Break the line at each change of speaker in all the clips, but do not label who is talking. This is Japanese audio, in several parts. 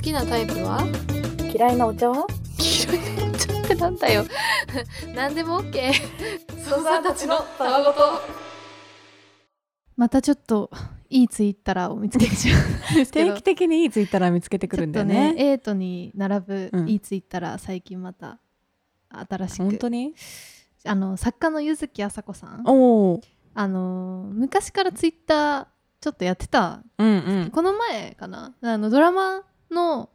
きなタイプは
嫌いなお茶は
黄色いちょっとなんだよ何でも OK ソーサーたちのたわごと
またちょっといいツイッターを見つけちゃうんですけ
定
ど
期的にいいツイッター見つけてくるんだよ
ちょっ
ね
とねエイトに並ぶ
うん
いいツイッター最近また新しく、
本当に
あの作家の柚木あさこさん
おお
あの昔からツイッターちょっとやってた
うんうん
この前かなあのドラマの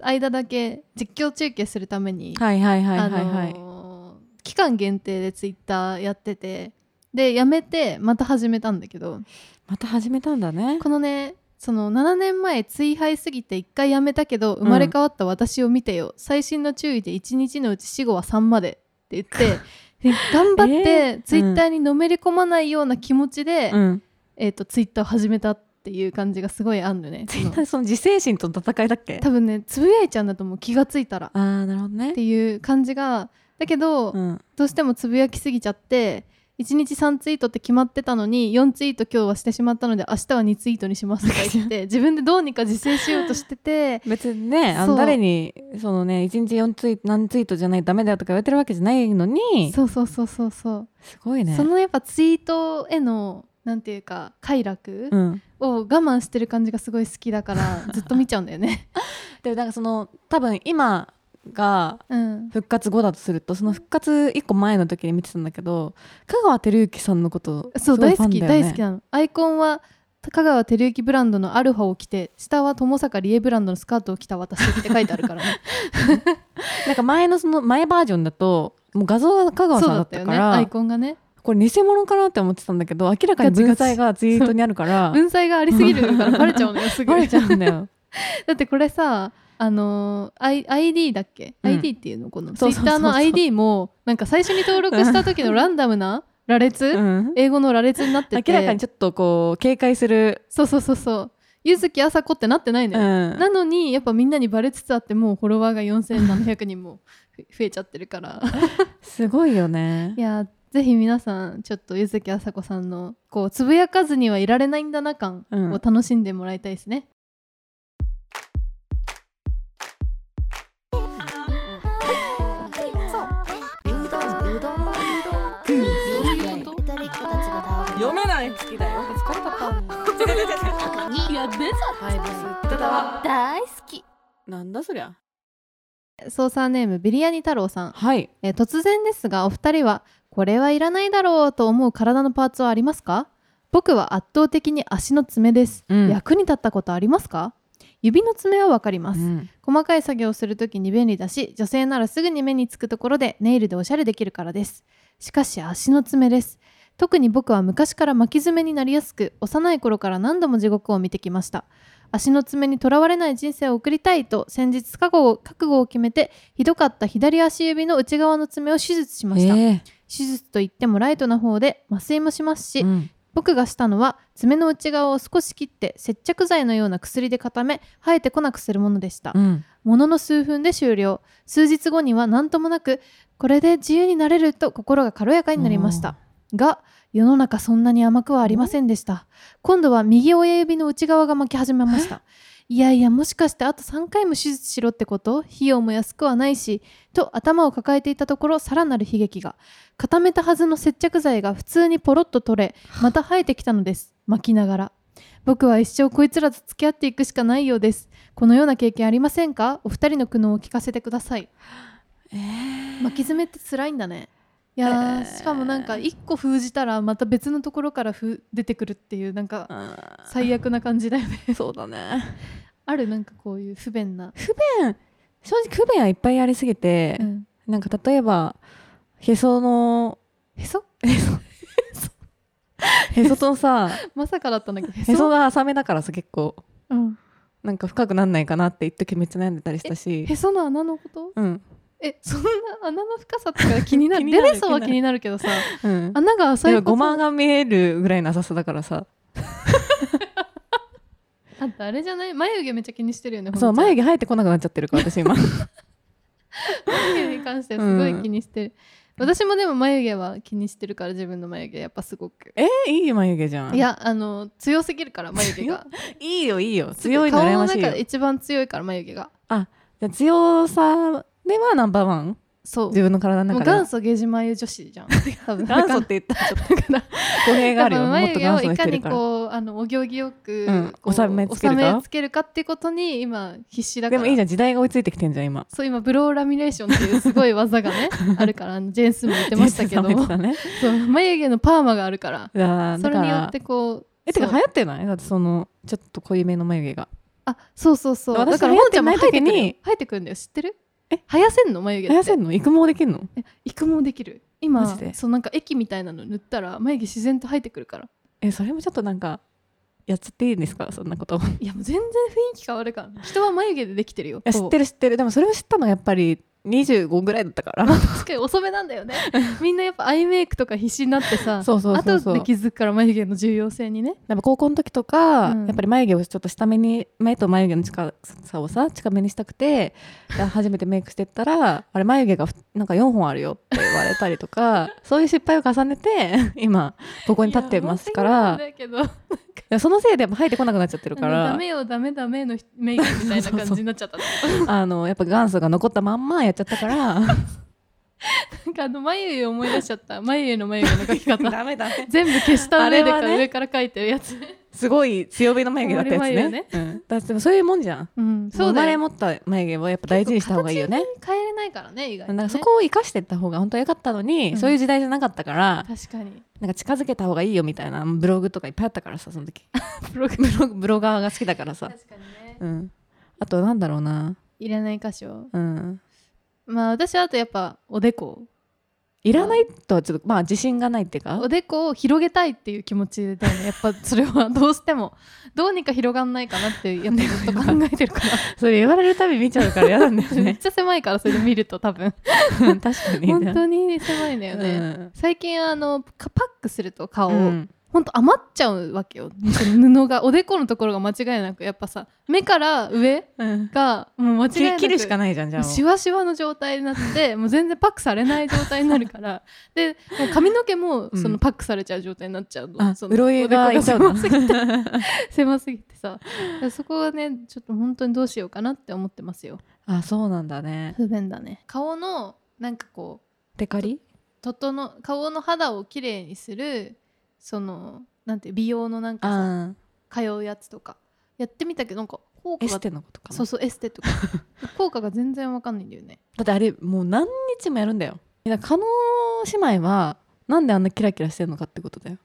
間だけ実況中継するために、
はいはいはいはいは
あ
い
の期間限定でツイッターやっててでやめてまた始めたんだけど
また始めたんだね
このねその7年前追廃すぎて1回やめたけど生まれ変わった私を見てよ、最新の注意で1日のうち死後は3までって言って で頑張って、
え
ツイッターにのめり込まないような気持ちで、
うん
えー、とツイッターを始めたっていう感じがすごいあんの ねその
その自制心との戦いだっけ
多分ねつぶやいちゃうんだと思う気がついたら
ああなるほどね
っていう感じがだけど、
うん
どうしてもつぶやきすぎちゃって1日3ツイートって決まってたのに4ツイート今日はしてしまったので明日は2ツイートにしますとか言って自分でどうにか自制しようとしてて
別にねあ
そ
の
う
誰にそのね1日4ツイート何ツイートじゃないとダメだよとか言われてるわけじゃないのに
そうそうそうそうそう、
すごいね
そのやっぱツイートへのなんていうか快楽
うん、
を我慢してる感じがすごい好きだから ずっと見ちゃうんだよね。
でもなんかその多分今が
うん、
復活後だとするとその復活1個前の時に見てたんだけど香川照之さんのこと
そう
すご
大
いファ
好
ン
き、
だよね
大好きなのアイコンは香川照之ブランドのアルファを着て下は友坂理恵ブランドのスカートを着た私って書いてあるからね
なんか前のその前バージョンだともう画像は香川さんだった
よ
か
ね
ら
アイコンがね
これ偽物かなって思ってたんだけど明らかに文才がツイートにあるから
文才がありすぎるからバレちゃうのよすぐ
バレちゃうん だよ
だってこれさあのー I- ID だっけ、
うん
ID っていうのこのツ
そ
イ
うそうそ
ッ
うそ
ター
う
の ID もなんか最初に登録した時のランダムな羅列、
うん
英語の羅列になって
明
て
らかにちょっとこう警戒する、
そうそうそうそうゆずきあさこってなってないの
う
よ、
ん、
なのにやっぱみんなにバレつつあってもうフォロワーが4700人もふ増えちゃってるから
すごいよね
いやぜひ皆さんちょっとゆずきあさこさんのこうつぶやかずにはいられないんだな感
うん
を楽しんでもらいたいですね、
読めない好きだよ
大好き
なんだそりゃ
操作ネームビリヤニ太郎さん、
はい
えー突然ですがお二人はこれはいらないだろうと思う体のパーツはありますか僕は圧倒的に足の爪です、
うん
役に立ったことありますか指の爪はわかります、
うん
細かい作業をするときに便利だし女性ならすぐに目につくところでネイルでおしゃれできるからですしかし足の爪です特に僕は昔から巻き爪になりやすく幼い頃から何度も地獄を見てきました足の爪にとらわれない人生を送りたいと先日覚悟を覚悟を決めてひどかった左足指の内側の爪を手術しました、
え
手術といってもライトな方で麻酔もしますし、
ーうん
僕がしたのは爪の内側を少し切って接着剤のような薬で固め生えてこなくするものでした、
うん
ものの数分で終了数日後には何ともなくこれで自由になれると心が軽やかになりましたが世の中そんなに甘くはありませんでした今度は右親指の内側が巻き始めましたいやいやもしかしてあと3回も手術しろってこと費用も安くはないしと頭を抱えていたところさらなる悲劇が固めたはずの接着剤が普通にポロッと取れまた生えてきたのです巻きながら僕は一生こいつらと付き合っていくしかないようですこのような経験ありませんかお二人の苦悩を聞かせてくだ さい
えー
巻き爪って辛いんだねいやー、
えー
しかもなんか一個封じたらまた別のところからふ出てくるっていうなんか
うん
最悪な感じだよ ね
そうだね
あるなんかこういう不便な、
正直不便はいっぱいありすぎて、
うん
なんか例えばへその
へそ
へそとさ
まさかだったんだけどへそ
へそが浅めだからさ結構
うん
なんか深くなんないかなって一時めっちゃ悩んでたりしたし
へその穴のこと
うん
えそんな穴の深さとか気になる
気
出
になる
れそうは気になるけどさ
うん
穴が浅い
でも
こと
ごまが見えるぐらいなささだからさ
あとあれじゃない眉毛めっちゃ気にしてるよね
そう
ほのちゃん
眉毛生えてこなくなっちゃってるから私今
眉毛に関してはすごい気にしてる、私もでも眉毛は気にしてるから自分の眉毛やっぱすごく
えいい眉毛じゃん
いやあの強すぎるから眉毛が
いいよいいよ強いの
顔
羨
の
ましい
中
よ
で
じ
一番強いから眉毛が
ゃあ強さではナンバーワン
そう
自分の体の
もう
中では
元祖ゲジ眉女子じゃん多分
元祖って言ったらちょ っと語弊があるよ
やっぱ
もっ
眉
と
毛を
元祖の
いか
人い
に
るから
こうあのお行儀よく、
うん
こう
収めつけるか
収めつけるかってことに今必死だか
で
ら
もいいじゃん時代が追いついてきてんじゃん今
そう今ブローラミネーションっていうすごい技が ねあるからあのジェーンスーも言ってましたけど
人生冷めてた ね
そう眉毛のパーマがあるから
いやー
そ
だ
れ
か
によ
ら
ってこう
えてか
そ
流
う
行ってないだってそのちょっと濃いめの眉毛が
あそうそうそう
私
だから
流行
もん
っ
ち
て
ゃん
な
も
い
生えてくる
時
よ
に
生えてくるんだよ知ってる
え
生やせんの眉毛
流行
っ
せ
て
んの育毛できんの
え育毛できる
マ
今
ジで
そうなんか液みたいなの塗ったら眉毛自然と生えてくるから
えそれもちょっとなんかやっちゃっていいんですかそんなことい
いやもう全然雰囲気変わるから人は眉毛でできてるよ
や知っ
る
てる知ってるでもそれを知ったのはやっぱり25ぐらいだったから
確かに遅めなんだよねみんなやっぱアイメイクとか必死になってさ
そうそうそうそう
後で気づくから眉毛の重要性にね
なんか高校の時とか、
うん
やっぱり眉毛をちょっと下目に目と眉毛の近さをさ近めにした くてで初めてメイクしてったらあれ眉毛がふなんか4本あるよって言われたり とかそういう失敗を重ねて今ここに立ってますか
いや本
ら
当にそうなんだけど
いやそのせいでやっぱ生えてこなくなっちゃってるか
あのダ
ら
メよダメダメのメイクみたいな感じになっちゃった の
あのやっぱ元祖が残ったまんまやっちゃったから
なんかあの眉毛思い出しちゃった眉毛の眉毛の描き方
メだね
全部消した上でか
あれはね
上から描いてるやつ、
すごい強火の眉毛だったやつ
俺眉
ね
毛ね
うん、だってそういうもんじゃん
うん、
生まれ
も
持った眉毛をやっぱ大事にした方がいいよね
変えれないからね意外と、ね、
なんかそこを生かしてった方が本当は良かったのに、
うん
そういう時代じゃなかったから
確かに
なんか近づけた方がいいよみたいなブログとかいっぱいあっ たからさその時
ブログ
ブログブロガーが好きだからさ、
確かにね
うん、あとなんだろうない
らない箇所
うん
まあ私はあとやっぱおでこ
いらないとはちょっとまあ自信がないっていうか
おでこを広げたいっていう気持ちだよねやっぱそれはどうしてもどうにか広がんないかなってやっぱずっと考えてるか
それ言われるたび見ちゃうから嫌なんだよ
らめっ
ね
ちゃ狭いからそれで見ると多 分
確かに
本当に狭いんだよね、
うん
最近あのかパックすると顔を、
うん
ほんと余っちゃうわけよその布がおでこのところが間違いなくやっぱさ目から上
うん
がもう間違い
切
なく
切るしかないじゃんじゃあもう
シワシワの状態になってもう全然パックされない状態になるから でもう髪の毛も
うん
そのパックされちゃう状態になっちゃうの、
あ
その
潤いが
おでこ
いっちゃう
狭
の
すぎて 狭すぎてさそこはねちょっと本当にどうしようかなって思ってますよ
あそうなんだね
不便だね顔のなんかこう
テカリ
整顔の肌をきれいにするそのなんて美容のなんかさ
あ
通うやつとかやってみたけどなんか効
ー
果
エス
が
テのことかな
そうそうエステと か効果が全然わかんないんだよね
だってあれもう何日もやるんだよだから加納姉妹はなんであんなキラキラしてるのかってことだよ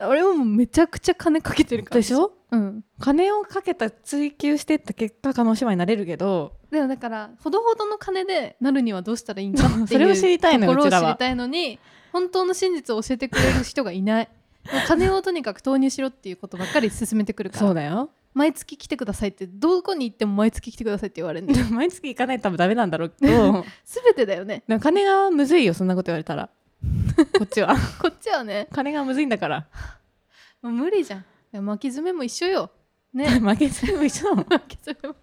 あれはもうめちゃくちゃ金かけてるから
でしょ
うん
金をかけた追求してった結果加納姉妹になれるけど
でもだからほどほどの金でなるにはどうしたらいいんかっていう
それを知りたいのよ
ところを
う
知
ちらは
りたいのに本当の真実を教えてくれる人がい ないもう金をとにかく投入しろっていうことばっかり進めてくるか
そう
ら
だよ
毎月来てくださいってどこに行っても毎月来てくださいって言われる んだよ
毎月行かないと多分ダメなんだろうけど
全てだよね
でも金がむずいよそんなこと言われたらこっちは
こっちはね
金がむずいんだから
もう無理じゃんいや巻き爪も一緒よね
負けずにも一緒なの
巻き爪も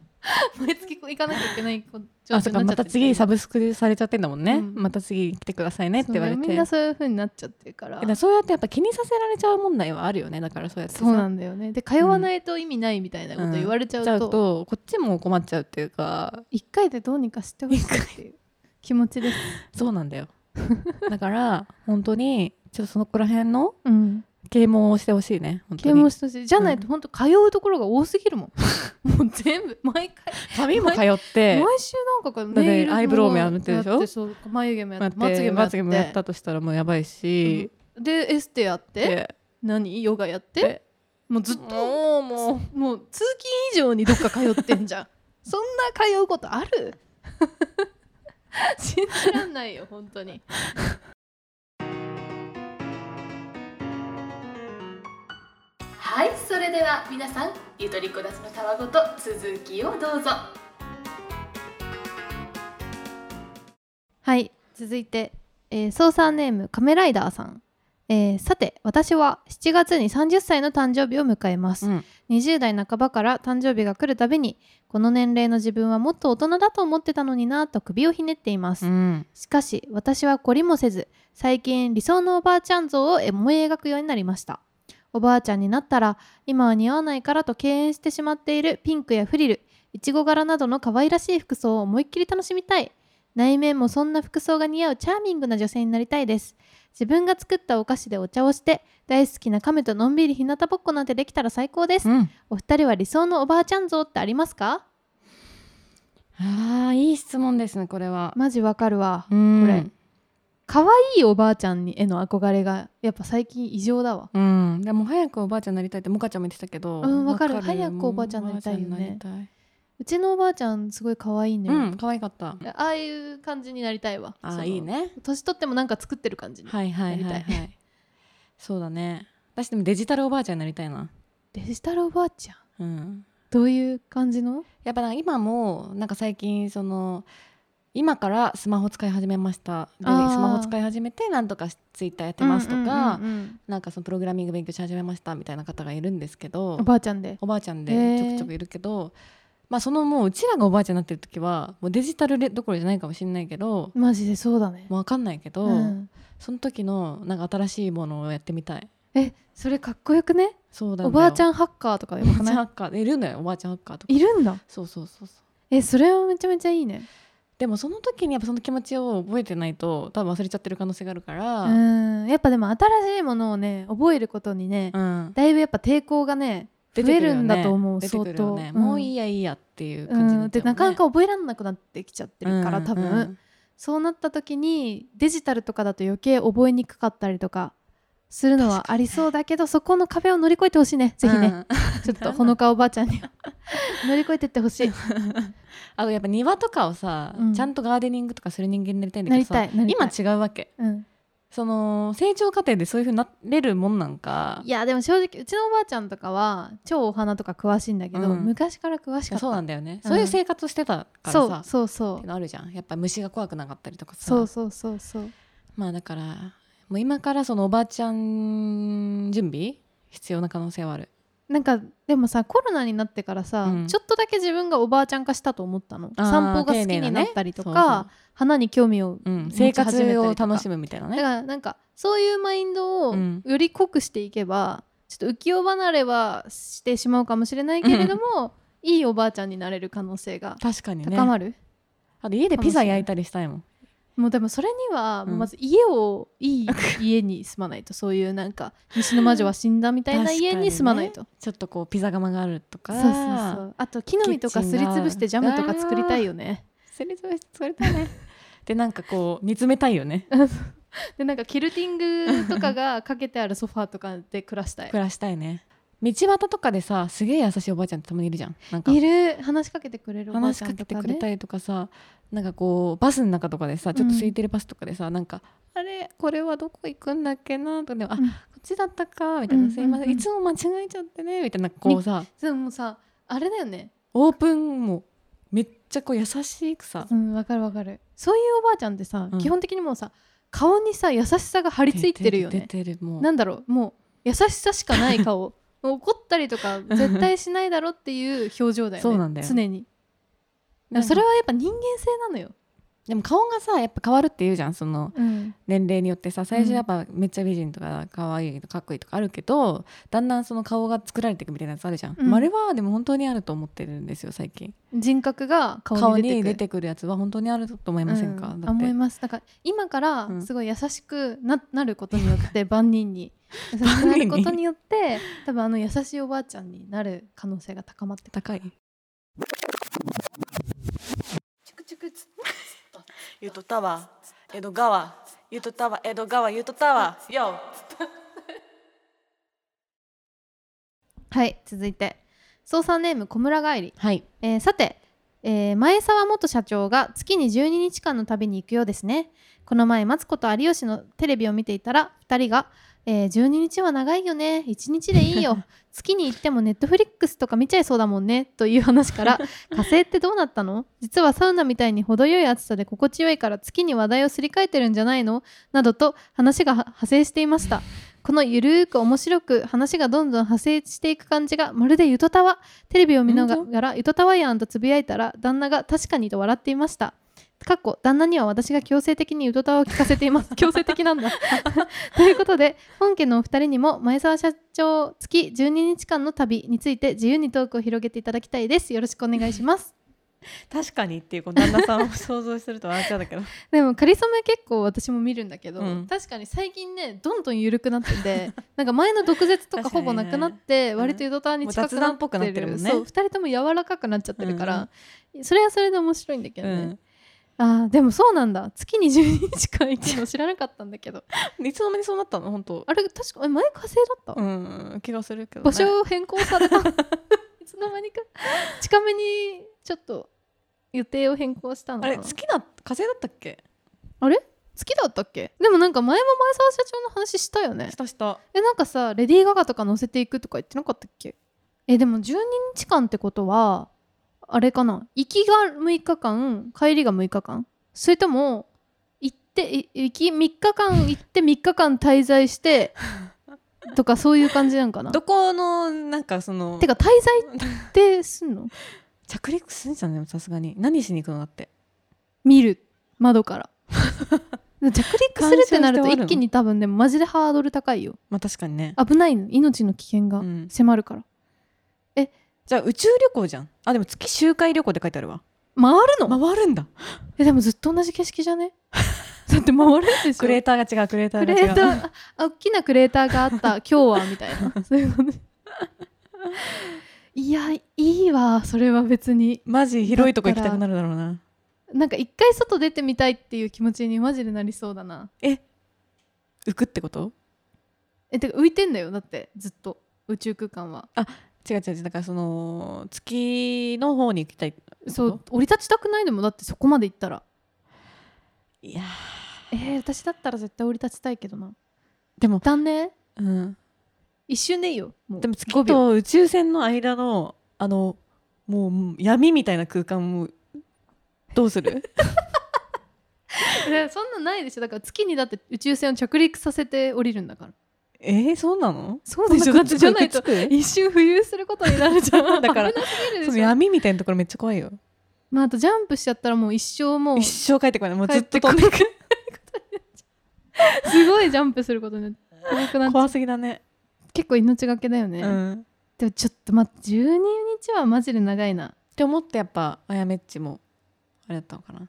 毎月こう行かなきゃいけないこう状
あ
況
そっ
になっちゃ
かま
って
た
る
次サブスクされちゃってんだもんね、
うん
また次来てくださいねって言われ
そう
て
みんなそういう風になっちゃってるから
だからそうやってやっぱ気にさせられちゃう問題はあるよねだからそうやってさ
そうなんだよねで通わないと意味ないみたいなこと言われちゃう
ちゃう
と
とこっちも困っちゃうっていうか
一回でどうにかしてほしいっていう気持ちです。
そうなん だよだから本当にちょっとそのこら辺の
うん、
啓蒙をしてほしいね本当
啓
に
蒙してほしいじゃないと本当通うところが多すぎるもん。 もう全部毎回
髪 も通って
毎週なんかこう
だって
ネイルも
アイブロウもやってるでしょ
やってそう眉毛もやって
ま
まつげもやっ
まつ
て
げもやったとしたらもうやばいし、
でエステやって
で
何ヨガやって
で
もうずっと
もうも
もう通勤以上にどっか通ってんじゃ ん。そんな通うことある 信じらんないよ本当に。
はいそれでは皆さんゆとりこだちのたわごと続きをどうぞ
はい続いて、えー、操作ネームカメライダーさんえーさて私は7月に30歳の誕生日を迎えます、
うん
20代半ばから誕生日が来るたびにこの年齢の自分はもっと大人だと思ってたのになぁと首をひねっています、
うん
しかし私は懲りもせず最近理想のおばあちゃん像を思い描くようになりましたおばあちゃんになったら今は似合わないからと敬遠してしまっているピンクやフリルいちご柄などの可愛らしい服装を思いっきり楽しみたい内面もそんな服装が似合うチャーミングな女性になりたいです自分が作ったお菓子でお茶をして大好きな亀とのんびりひなたぼっこなんてできたら最高です、
うん
お二人は理想のおばあちゃん像ってありますか
あーいい質問ですねこれは、
マジわかるわ
うん
これ可愛いおばあちゃんにへの憧れがやっぱ最近異常だわ
うんでも早くおばあちゃんになりたいってもかちゃんも言ってたけど
うんわかる早くおばあちゃんになりたいよね
もうおばあちゃんになりたいう
ちのおばあちゃんすごい可愛いんだよ、
うん可愛かった
ああいう感じになりたいわ
あ
その
ーいいね
年取ってもなんか作ってる感じ、
はいはいはいは
やりた
いそうだね私でもデジタルおばあちゃんになりたいな
デジタルおばあちゃん
うん
どういう感じの
やっぱなんか今もなんか最近その今からスマホ使い始めましたでス
あー
マホ使い始めてなんとかツイッターやってますと
う
か、
んうんうん
なんかそのプログラミング勉強し始めましたみたいな方がいるんですけど
うんおばあちゃんで
おばあちゃん
へ
で
ー
ちょくちょくいるけど、まあそのもううちらがおばあちゃんになってる時はもうデジタルでどころじゃないかもしれないけど
マジでそうだね
もう分かんないけど、
うん
その時のなんか新しいものをやってみたい
えそれかっこよくね
そうだ
おばあちゃ
ん
んハッカーとかで
おば
も
あちゃんハ
ない
ッカーいるんだよおばあちゃんハッカーとか
いるんだ
そうそうそうそう
えそれはめちゃめちゃいいね
でもその時にやっぱその気持ちを覚えてないと多分忘れちゃってる可能性があるから
う、んやっぱでも新しいものをね覚えることにね、
うん
だいぶやっぱ抵抗がね
出
増
て
え
くよ
る
ね
んだと思う
出てくる
相
よ
当、
ね
うん
もういいやいいやっていう
う
感じに
ん、
っち
で
ゃうもんね
なかなか覚えられなくなってきちゃってるから、
うん
多分、
うん
そうなった時にデジタルとかだと余計覚えにくかったりとかするのはありそうだけど、そこの壁を乗り越えてほしいねぜひね、
うん
ちょっとほのかおばあちゃんには 乗り越えてってほしい
あとやっぱ庭とかをさ、
うん
ちゃんとガーデニングとかする人間になりたいんだ
な
けど
り
さ
たいなりたい、
今違うわけ
うん、
その成長過程でそういうふうになれるもんなんか
いやでも正直うちのおばあちゃんとかは超お花とか詳しいんだけど、
うん
昔から詳しかった
そうなんだよね、
うん
そういう生活してたからさ
そうそう
っ
そ
て
う
のあるじゃんやっぱ虫が怖くなかったりとかさ
そうそうそうそう
まあだからもう今からそのおばあちゃん準備必要な可能性はある
なんかでもさコロナになってからさ、
うん
ちょっとだけ自分がおばあちゃん化したと思ったの
あー
散歩が
丁
好
寧
き
な
に
ね
なったりとか、
そう
花に興味を
そううん
持
生
ち始めたりと
活
か
を楽しむみたいな
だか
ね
らなんかそういうマインドを
うん
より濃くしていけば、ちょっと浮世離れはしてしまうかもしれないけれども、いいおばあちゃんになれる可能性が
確かにね
高まる、
あと家でピザ焼いたりしたいもん
もうでもそれには
うん
もうまず家をいい家に住まないとそういうなんか西の魔女は死んだみたいな家に住まないと、
ちょっとこうピザ窯があるとか
そうそうそうあと木の実とかすりつぶしてジャムとか作りたいよね
それぞれ作りたいね でなんかこう煮詰めたいよね
でなんかキルティングとかがかけてあるソファーとかで暮らしたい
暮らしたいね道端とかでさすげえ優しいおばあちゃんってたまにいるじゃんなん か
いる話しかけてくれるおばあ
話し
ちゃ
か
んと
けて
か
くれ
ね
たりとかさなんかこうバスの中とかでさちょっと空いてるバスとかでさ、なんか「あれこれはどこ行くんだっけな」とかで「あこ
うん
っちだったか」みたいな「
うん
すいませ
う
ん、
んうん
いつも間違えちゃってね」みたいなこうさ
でもさあれだよね
オープンもめっちゃこう優しくさ
うんわかるわかるそういうおばあちゃんってさ、
うん
基本的にもうさ顔にさ優しさが張り付いてるよ
出
ね
てるもう
なんだろうもう優しさしかない顔 もう怒ったりと か絶対しないだろっていう表情だよね
そうなんだよ
常に
なんか
それはやっぱ人間性なのよ、
でも顔がさやっぱ変わるって言うじゃんその年齢によってさ最初やっぱめっちゃ美人とか可愛いとかかっこいいとかあるけどだんだんその顔が作られていくみたいなやつあるじゃん、
うん
まああれはでも本当にあると思ってるんですよ最近
人格が顔
顔
に出て
に
く
出
る
てくるやつは本当にあると思いませんか、
う
だ
あ
っ
思い
て
ますだから今から
うん
すごい優しくな,、なることによって 万人に優しくなることによって多分あの優しいおばあちゃんになる可能性が高まってた
高い
ゆとたわ江戸川ゆとたわ江戸川ゆとたわ YO!
はい続いて操作ネーム小村帰り、
はい
えーさて、えー前澤元社長が月に12日間の旅に行くようですねこの前マツコと有吉のテレビを見ていたら2人がえー12日は長いよね1日でいいよ月に行ってもネットフリックスとか見ちゃいそうだもんねという話から火星ってどうなったの実はサウナみたいに程よい暑さで心地よいから月に話題をすり替えてるんじゃないのなどと話が派生していましたこのゆるーく面白く話がどんどん派生していく感じがまるでゆとたわテレビを見ながら「ゆとたわやん」とつぶやいたら旦那が確かにと笑っていましたかっこ旦那には私が強制的にゆとたわを聞かせています強制的なんだということで本家のお二人にも前澤社長月12日間の旅について自由にトークを広げていただきたいですよろしくお願いします
確かにっていうこの旦那さんを想像すると笑っちゃうんだけど
でもかりそめ結構私も見るんだけど、
うん
確かに最近ねどんどん緩くなってて なんか前の毒舌とかほぼなくなって、
確かにね
割とゆとたわに近く
もう雑
な
談
っ
っぽく
て
なっ
る
てるよね
そう2人とも柔らかくなっちゃってるから、それはそれで面白いんだけど
う
ね、
ん
あーでもそうなんだ月に12日間行くの知らなかったんだけど
いつの間にそうなったの本当
あれ確かえ前火星だった、
うん気がするけど、ね、
場所を変更された いつの間にか近めにちょっと予定を変更したの
あ
かな
れ好きな火星だったっけ
月だったっけでもなんか前も前澤社長の話したよね
下下
えなんかさレディー・ガガとか乗せていくとか言ってなかったっけえでも12日間ってことはあれかな行きが6日間帰りが6日間それとも行ってい行き3日間行 って3日間滞在してとかそういう感じなんか な
どこのなんかその
てか滞在ってすんの
着陸すんじゃないさすがに何しに行くのだって
見る窓から 着陸するってなると
干渉して終わるの
一気に多分でもマジでハードル高いよ
まあ確かにね
危ないの命の危険が
うん
迫るから、
じゃあ宇宙旅行じゃんあでも月周回旅行って書いてあるわ
回るの
回るんだ
えでもずっと同じ景色じゃ ねだって回るでしょ
クレーターが違うクレー
ク
ターが違う
レーターあ大きなクレーターがあ った今日はみたいなそういうこといやいいわそれは別に
マジ広いとこ行きたくなるだろうな
なんか一回外出てみたいっていう気持ちにマジでなりそうだな
え浮くってこと
えてか浮いてんだよだってずっと宇宙空間は
違う違う違うだからその月の方に行きたい
そう降り立ちたくないでもだってそこまで行ったら
いや
えー、私だったら絶対降り立ちたいけどな
でも、
だね
うん、
一瞬でいいよもう
でも
5
月
秒
と宇宙船の間のあのもう闇みたいな空間もどうする
えそんなないでしょだから月にだって宇宙船を着陸させて降りるんだから
えー、そうなの
そう
でしょ
だってじゃない
だ
と
って着く
一瞬浮遊することになるじゃん
だから
危なすぎるで
その
しょ
闇みたいなところめっちゃ怖いよ
まああとジャンプしちゃったらもう一生もう
一
す
生帰ってこないもうずっと飛んでく
ごいジャンプすることになって怖くなっちゃう
怖すぎだね
結構命がけだよね、
うんっ
でもちょっと待って12日はマジで長いな
て思ってやっぱあやめっちもあれだったのかな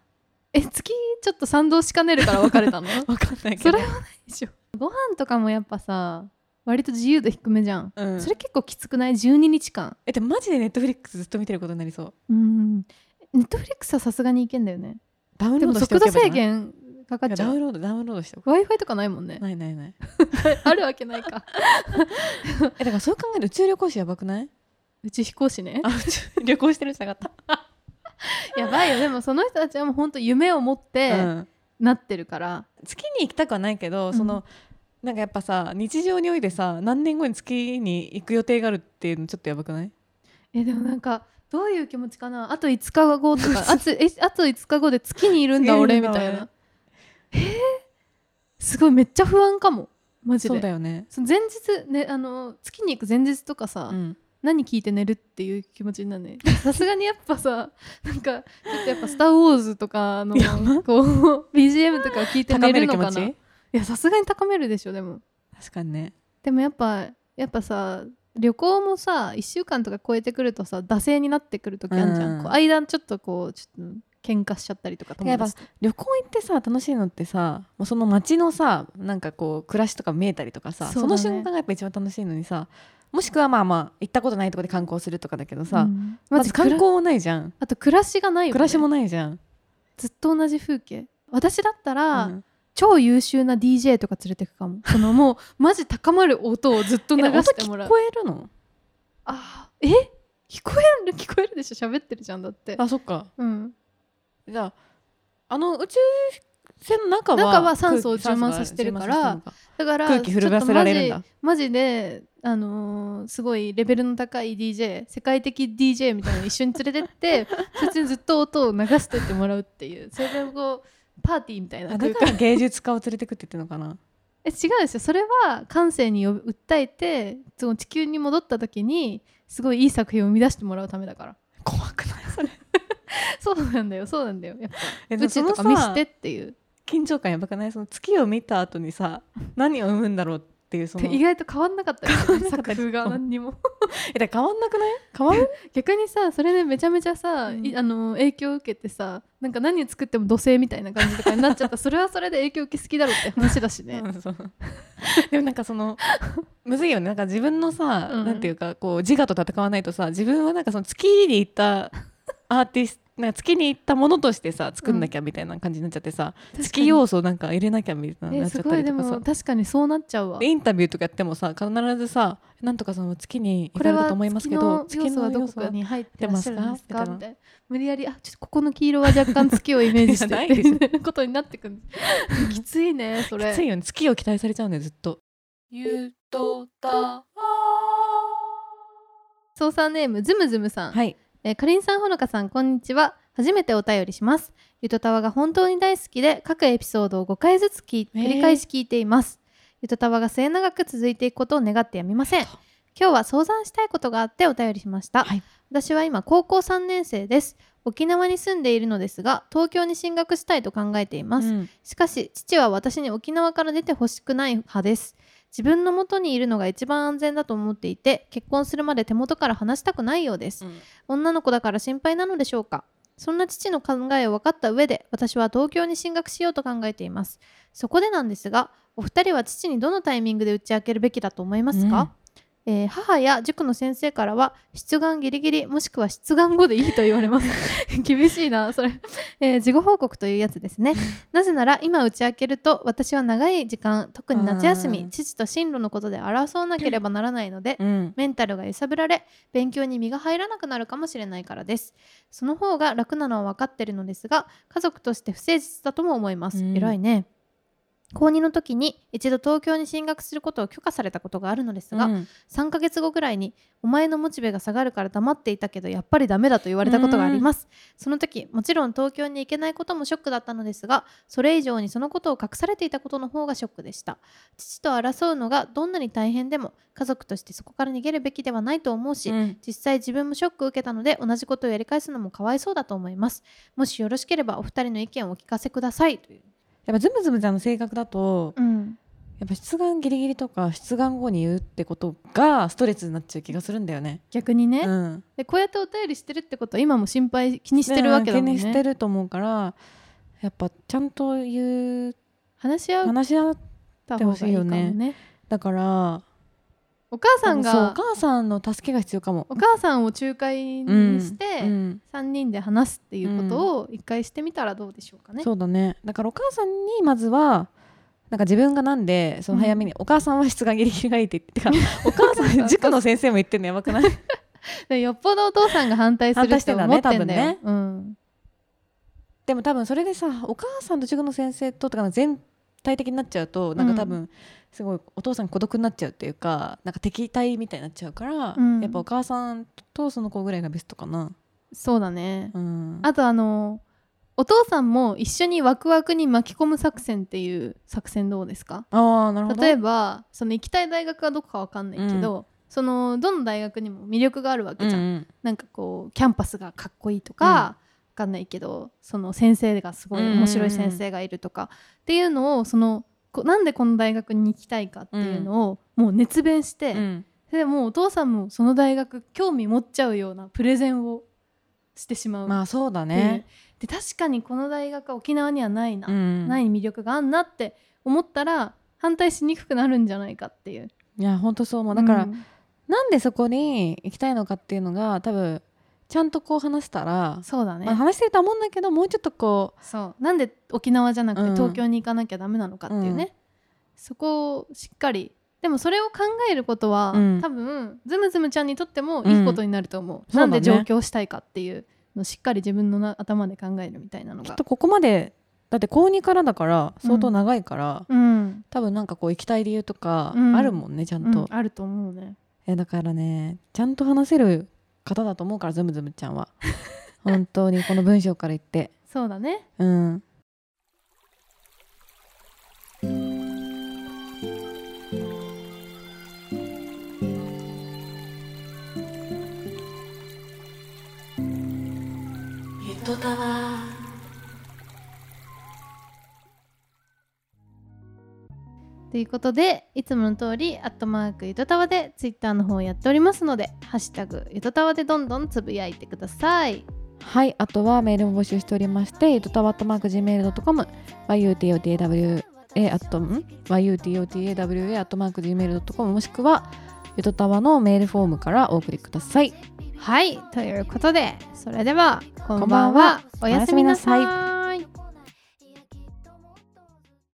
え月ちょっと賛同しかねるから別れ たの
わかんないけ
そ
ど
れはないでしょご飯とかもやっぱさ割と自由度低めじゃん、
うん
それ結構きつくない12日間
えでもマジでネットフリックスずっと見てることになりそう
うんネットフリックスはさすがにいけんだよね
ダウン
で
ロー
も
ドして
速
お
度
けば
制
いいじゃない
限かかっ
いや
ち
ダ
ゃ
ウ
う
ンロードダウンロードしてお
w i f i とかないもんね
くないないない
あるわけないか
えだからそう考えると宇宙旅行士やばくないう
ち飛行士 ね
あ宇宙旅行してる人がった、
やばいよでもその人たちはもう本当夢を持って
うん
なってるから、
月に行きたくはないけど、
ん
そのなんかやっぱさ日常においてさ何年後に月に行く予定があるっていうのちょっとやばくない
えでもなんかどういう気持ちかなあと5日後と かあとえあと5日後で月にいるんだ
月にい
俺
るん
み
だ
たいなえーすごいめっちゃ不安かもマジ
そうだ
で
よね、
その前日、ね、あの月に行く前日とかさ、
うん、
何聞いて寝るっていう気持ちになる ねさすがにやっぱさなんかちょっとやっぱ「スター・ウォーズ」とかのこう BGM とかを聞いて
高
寝
め
る
る
の
気持
かない
ち
やさすがに高めるでしょでも
確かにね
でもやっぱやっぱさ旅行もさ1週間とか超えてくるとさ惰性になってくる時あるじゃん、
うん
こう間ちょっとこうちょっと喧嘩しちゃったりとか友達と
旅行行ってさ楽しいのってさもうその街のさなんかこう暮らしとか見えたりとかさそ,、
そうだ
の
ね
瞬間がやっぱ一番楽しいのにさもしくはまあまあ行ったことないとこで観光するとかだけどさ、
うん
ま
ま
ず
ず
観
観
光もないじゃん
あと暮らしがないよ、ね、
暮らしもないじゃん、
ずっと同じ風景私だったら、
うん
超優秀な DJ とか連れてくかもそのもうマジ高まる音をずっと流
え音
してもら
聞
う
こえるの
あーえ聞こえる聞こえるでしょ喋ってるじゃんだって
あそっか
うん
じゃああの宇宙線の中は
中は酸
空気
素を充満させてるから
酸素が充満させてるの
だから
空気震わせられるん
ちょっ
だ
とマジマジで、あのーすごいレベルの高い DJ 世界的 DJ みたいなの一緒に連れてって そっちにずっと音を流してってもらうっていうそれでこうパーティーみたいな
あだ
空
から
間
芸術家を連れてくって言ってる のかな
え違うですよそれは感性に呼ぶ訴えてその地球に戻った時にすごいいい作品を生み出してもらうためだから
怖くないそれ
そうなんだよそうなんだよやっぱ
え
宇宙とか見してっていう
緊張感やばくないその月を見た後にさ何を生むんだろうっていうその
で意外と変わんなかったよね
変わんなかった
作風が何にも
えだから変わんなくない変わる
逆にさそれでめちゃめちゃさ、
うん
いあの影響を受けてさなんか何作っても土星みたいな感じとかになっちゃった それはそれで影響受けすぎだろって話だしね、
うんそう でもなんかそのむずいよねなんか自分のさ、
うん
なんていうかこう自我と戦わないとさ自分はなんかその月に行 ったアーティストなんか月に行ったものとしてさ作んなきゃみたいな感じになっちゃってさ、月要素なんか入れなきゃみたいに
え
なっちゃ
す
った
ごい
り
で
とかさ
も確かにそうなっちゃうわ
でインタビューとかやってもさ必ずさなんとかその月に行
こ
か
れ
れる
は
と思います
月
けど
の要素はどこかに入ってらっしゃるんですか
月の要素は
みたいな無理やりあちょっとここの黄色は若干月をイメージして
いやない
っ
で
て
しょ
みたいな ことになってくるきついねそれ
きついよね月を期待されちゃうんだよずっと
ゆとた
操作ネームズムズムさん
はい
えー、かりんさんほのかさんこんにちは初めてお便りしますゆとたわが本当に大好きで各エピソードを5回ずつ聞い
えー
繰り返し聞いています、ゆとたわが末永く続いていくことを願ってやみません今日は相談したいことがあってお便りしました、
はい
私は今高校3年生です沖縄に住んでいるのですが東京に進学したいと考えています、
うん
しかし父は私に沖縄から出てほしくない派です自分の元にいるのが一番安全だと思っていて結婚するまで手元から離したくないようです、
うん
女の子だから心配なのでしょうかそんな父の考えを分かった上で私は東京に進学しようと考えていますそこでなんですがお二人は父にどのタイミングで打ち明けるべきだと思いますか、えー母や塾の先生からは出願ギリギリもしくは出願後でいいと言われます 厳しいなそれえー、事後報告というやつです ねなぜなら今打ち明けると私は長い時間特に夏休
あ
み
ー
父と進路のことで争わなければならないので
うん
メンタルが揺さぶられ勉強に身が入らなくなるかもしれないからですその方が楽なのは分かってるのですが家族として不誠実だとも思います、
うん
偉いね高2の時に一度東京に進学することを許可されたことがあるのですが、
うん
3ヶ月後ぐらいにお前のモチベが下がるから黙っていたけどやっぱりダメだと言われたことがありますその時もちろん東京に行けないこともショックだったのですがそれ以上にそのことを隠されていたことの方がショックでした父と争うのがどんなに大変でも家族としてそこから逃げるべきではないと思うし、
うん
実際自分もショックを受けたので同じことをやり返すのもかわいそうだと思いますもしよろしければお二人の意見をお聞かせくださいという、
やっぱズムズムちゃんの性格だと
うん、
やっぱ出願ギリギリとか出願後に言うってことがストレスになっちゃう気がするんだよね。
逆にね、
うん、
でこうやってお便りしてるってことは今も心配気にしてるわけだもんね
気にしてると思うからやっぱちゃんと言う
話し合う
話し合っ
った方がいいかも
ってほしいよ
ね。
たから
お母さん
そうお
が
母さんの助けが必要かも。
お母さんを仲介にして、
うんうん
三人で話すっていうことを一回してみたらどうでしょうかね。
そうだねだからお母さんにまずはなんか自分がなんでその早めに、お母さんは出願ギリギリがいいって 言っててかお母さん塾の先生も言ってんのやばくない
でよっぽどお父さんが反対するって思ってんだよ
反対して。
うん
でも多分それでさお母さんと塾の先生ととかの全体的になっちゃうとなんか多分すごいお父さん孤独になっちゃうっていうかなんか敵対みたいになっちゃうから、
うん
やっぱお母さんとその子ぐらいがベストかな。
そうだね。
うん、
あとあのお父さんも一緒にワクワクに巻き込む作戦っていう作戦どうですか？
あーなるほど
例えばその行きたい大学はどこかわかんないけど、そのどの大学にも魅力があるわけじゃん。
うん
なんかこうキャンパスがかっこいいとか、
うん
わかんないけどその先生がすごい
うんうんうん
面白い先生がいるとか、っていうのをそのこなんでこの大学に行きたいかっていうのをもう熱弁して、
うんうん
でもうお父さんもその大学興味持っちゃうようなプレゼンをしてしまう。
まあそうだね、
で確かにこの大学は沖縄にはないな、
うん
ない魅力があんなって思ったら反対しにくくなるんじゃないかっていう。
いや本当そう思うだから、
うん
なんでそこに行きたいのかっていうのが多分ちゃんとこう話したら、
そうだね、
まあ、話してるとは思うんだけどもうちょっとこ
そうなんで沖縄じゃなくて
うん
東京に行かなきゃダメなのかっていうね、
うん
そこをしっかりでもそれを考えることは、
うん
多分ズムズムちゃんにとってもいいことになると思う、
うん
なんで
そうだ
上
ね
京したいかっていうのをしっかり自分のな頭で考えるみたいなの
うきっ
が
とここまでだって高2からだから相当長いから、
うん、
多分なんかこう行きたい理由とか
うん
あるもんね、ちゃんと、
うんあると思うね
えだからねちゃんと話せる方だと思うからズムズムちゃ んは本当にこの文章から言って
そうだね
うん
ゆとたわ
ということでいつもの通り「アットマークゆとたわ」でツイッターの方をやっておりますので「ハッシュタグゆとたわ」でどんどんつぶやいてください
はいあとはメールも募集しておりましてゆとたわっとマーク Gmail.com yutotawa あとん yutotawa っとマーク Gmail.com もしくはゆとたわのメールフォームからお送りください
はいということでそれではこんばんは
こんば
お
んは
やすみなさ
おやすみ
い